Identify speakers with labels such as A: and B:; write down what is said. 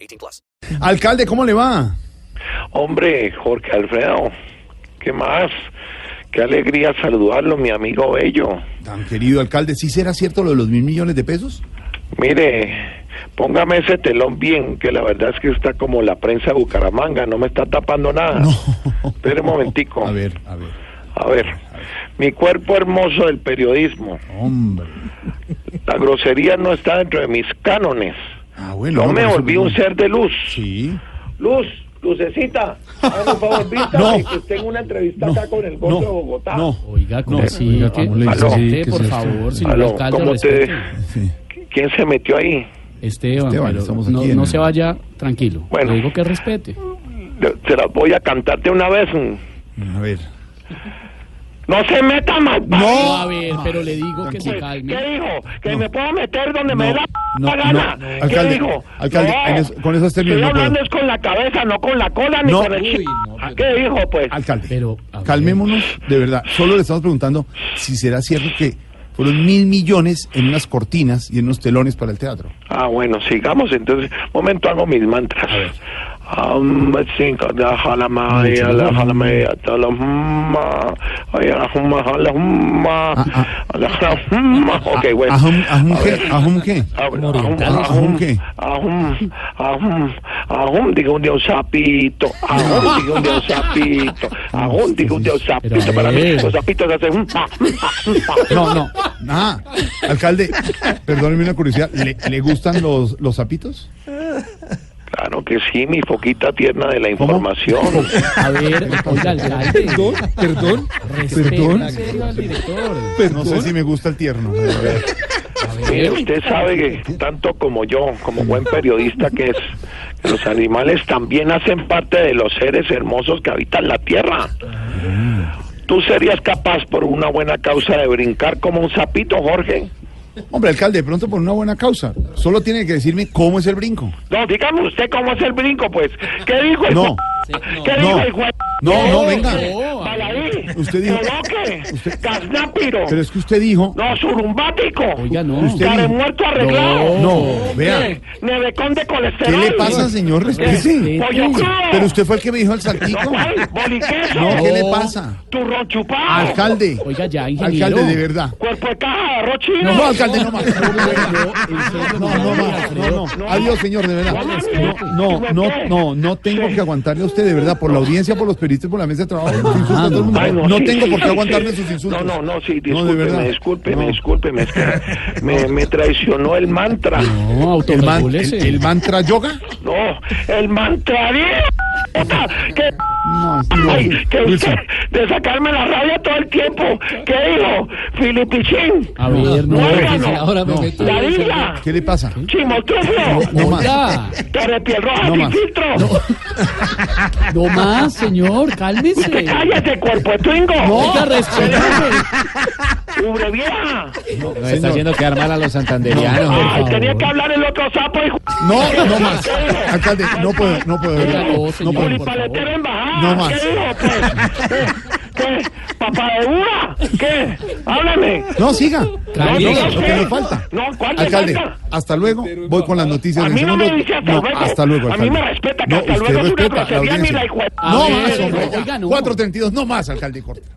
A: 18 plus.
B: Alcalde, ¿cómo le va?
C: Hombre, Jorge Alfredo, ¿qué más? Qué alegría saludarlo, mi amigo Bello.
B: Tan querido alcalde, ¿sí será cierto lo de los mil millones de pesos?
C: Mire, póngame ese telón bien, que la verdad es que está como la prensa de Bucaramanga, no me está tapando nada. Espere un momentico.
B: A ver, a ver.
C: A ver, mi cuerpo hermoso del periodismo.
B: Hombre.
C: La grosería no está dentro de mis cánones.
B: Ah, bueno.
C: No me
B: pero eso
C: volví
B: no-
C: un ser de luz.
B: Sí.
C: Luz, lucecita, hágame un favor, vístame, que tengo una entrevista acá con el gordo de Bogotá.
B: No.
D: Oiga, ¿cómo
B: No,
D: así?
B: oiga,
D: ¿Qué-
B: ¿cómo le
C: dice
D: Aló.
C: así?
D: Respete,
B: ¿Qué es
D: por
B: esto?
D: favor, señor
C: Aló,
D: alcalde,
C: ¿cómo te-
D: respete.
B: Sí.
C: ¿Quién se metió ahí?
D: Esteban,
B: Esteban,
D: pero
B: estamos
D: no,
B: aquí en
D: no
B: el-
D: se vaya tranquilo.
C: Bueno.
D: Le digo que respete.
C: Te- Se las voy a cantarte una vez.
B: A ver.
C: No se meta más. pues,
D: No, a ver, pero le digo que se
C: ¿Qué
D: calme.
C: dijo? Que me puedo meter donde me dé la
B: no,
C: gana.
B: no.
C: ¿Qué
B: Alcalde,
C: dijo?
B: alcalde, en eso- con esos términos
C: Estoy
B: no
C: hablando
B: puedo.
C: es con la cabeza, no con la cola ni
B: No.
C: con el
B: Uy,
C: chi- ¿A ¿Qué dijo, pues?
B: Alcalde,
D: Pero, a ver.
B: calmémonos, de verdad. Solo le estamos preguntando si será cierto que fueron mil millones en unas cortinas y en unos telones para el teatro.
C: Ah, bueno, sigamos entonces. Momento, hago mis mantras. Um, cinco, da, jala, ma, ya, la, jala, ma, ya, ta, la, humma, ay, la, humma, jala, humma,
B: ah.
C: la, jala, humma. Ok, bueno.
B: ¿Ajum, ajum
C: A
B: qué?
C: ver.
B: ¿Ajum qué?
C: Ahum,
B: orientales. ¿Ajum qué?
C: Ahum, ahum, ahum, digo un dios sapito, ahum, digo un dios sapito, ahum, digo un dios sapito,
D: Pero,
C: para mí
D: eh.
C: los sapitos hacen un pa, un pa, un pa.
B: No, no. Nada. Alcalde, perdóneme una curiosidad. ¿Le, le gustan los, los zapitos?
C: Claro que sí, mi foquita tierna de la información.
D: A ver, oiga, alcalde.
E: Perdón, perdón,
D: respete,
E: perdón,
D: en serio, al director.
B: No sé si me gusta el tierno. de verdad.
C: Mire, usted sabe que tanto como yo, como buen periodista que es, que los animales también hacen parte de los seres hermosos que habitan la tierra. ¿Tú serías capaz por una buena causa de brincar como un sapito, Jorge?
B: Hombre, alcalde, de pronto por una buena causa. Solo tiene que decirme cómo es el brinco.
C: No, dígame usted cómo es el brinco, pues. ¿Qué dijo el
B: No.
C: jue- ¿Qué dijo
B: no.
C: el jue-
B: No, no, venga.
C: Baladí,
B: Usted dijo-
C: Coloque, Gaznápiro,
B: Pero es que usted dijo.
C: no, surumbático,
D: Oiga, no.
B: Usted-
C: caremuerto arreglado,
B: No, vea.
C: nevecón de
B: ¿Qué
C: colesterol.
B: le pasa, señor? Respete.
C: Pollo crudo.
B: Pero usted fue el que me dijo el saltico.
C: Ay, boliqueso.
B: No, ¿qué le pasa?
C: Turrón chupado.
B: Alcalde.
D: Oiga, ya, ingeniero.
B: Alcalde, de verdad.
C: Cuerpo de caja de arroz chino.
B: No, alcalde, no más.
D: No,
B: No, no más. No, no. Adiós, señor, de verdad. No,
C: No,
B: no, no, no, no tengo que aguantarle a usted, de verdad, por la audiencia, por los periodistas, por la mesa de trabajo. por los insultos de todo el mundo.
C: Ay,
B: No
C: sí,
B: tengo
C: sí,
B: por qué
C: sí,
B: aguantarme
C: sí.
B: sus insultos.
C: No, no, no, sí,
B: No, de verdad.
C: discúlpeme, discúlpeme,
B: No.
C: discúlpeme. Es que me, me traicionó el mantra.
D: No,
B: El, man-
D: autorregúlese.
B: el- el mantra yoga.
C: No, el mantra de- que
B: No,
C: ay, que usted
B: Wilson.
C: de sacarme la rabia todo el tiempo. ¿Qué dijo? Filipichín,
B: Ah,
D: A ver, no.
C: Muérdalo.
E: ahora me
B: No.
E: meto.
C: la isla,
B: ¿Qué le pasa?
C: chimotrufio,
B: No más.
D: Oiga,
C: torrepiel roja
B: No
C: sin
B: más.
C: filtro.
D: no más, señor, cálmese.
C: Cállate, cuerpo de twingo.
D: Oiga, respete.
C: Ubre vieja.
E: Nos está haciendo quedar mal a los santanderianos.
D: Por
C: Ay,
D: favor.
C: tenía que hablar el otro sapo y
B: Ah, No, no más. Alcalde, no puedo, no puedo. de
D: Oiga,
B: verdad.
D: no, señor, por
C: Pulipaletero
D: favor.
C: embajada.
B: No más.
C: ¿Qué dijo, pues? ¿Qué? ¿Qué? ¿Papá de una? ¿Qué? Háblame.
B: No, siga.
D: Tranquilo.
B: No, no, lo que nos falta.
C: No, ¿cuál me
B: Alcalde,
C: falta?
B: hasta luego. Voy con las noticias
C: A
B: en
C: mí no
B: segundo.
C: me dice hasta
B: No,
C: luego.
B: hasta luego,
C: A mí
B: alcalde.
C: me respeta, que
B: No,
C: hasta
B: usted
C: luego es una
B: respeta la
C: grosería ni
B: audiencia.
C: la hijo-
D: A
B: No
D: ver,
B: más, hombre.
D: oiga, no.
B: 432, no más, alcalde, corta.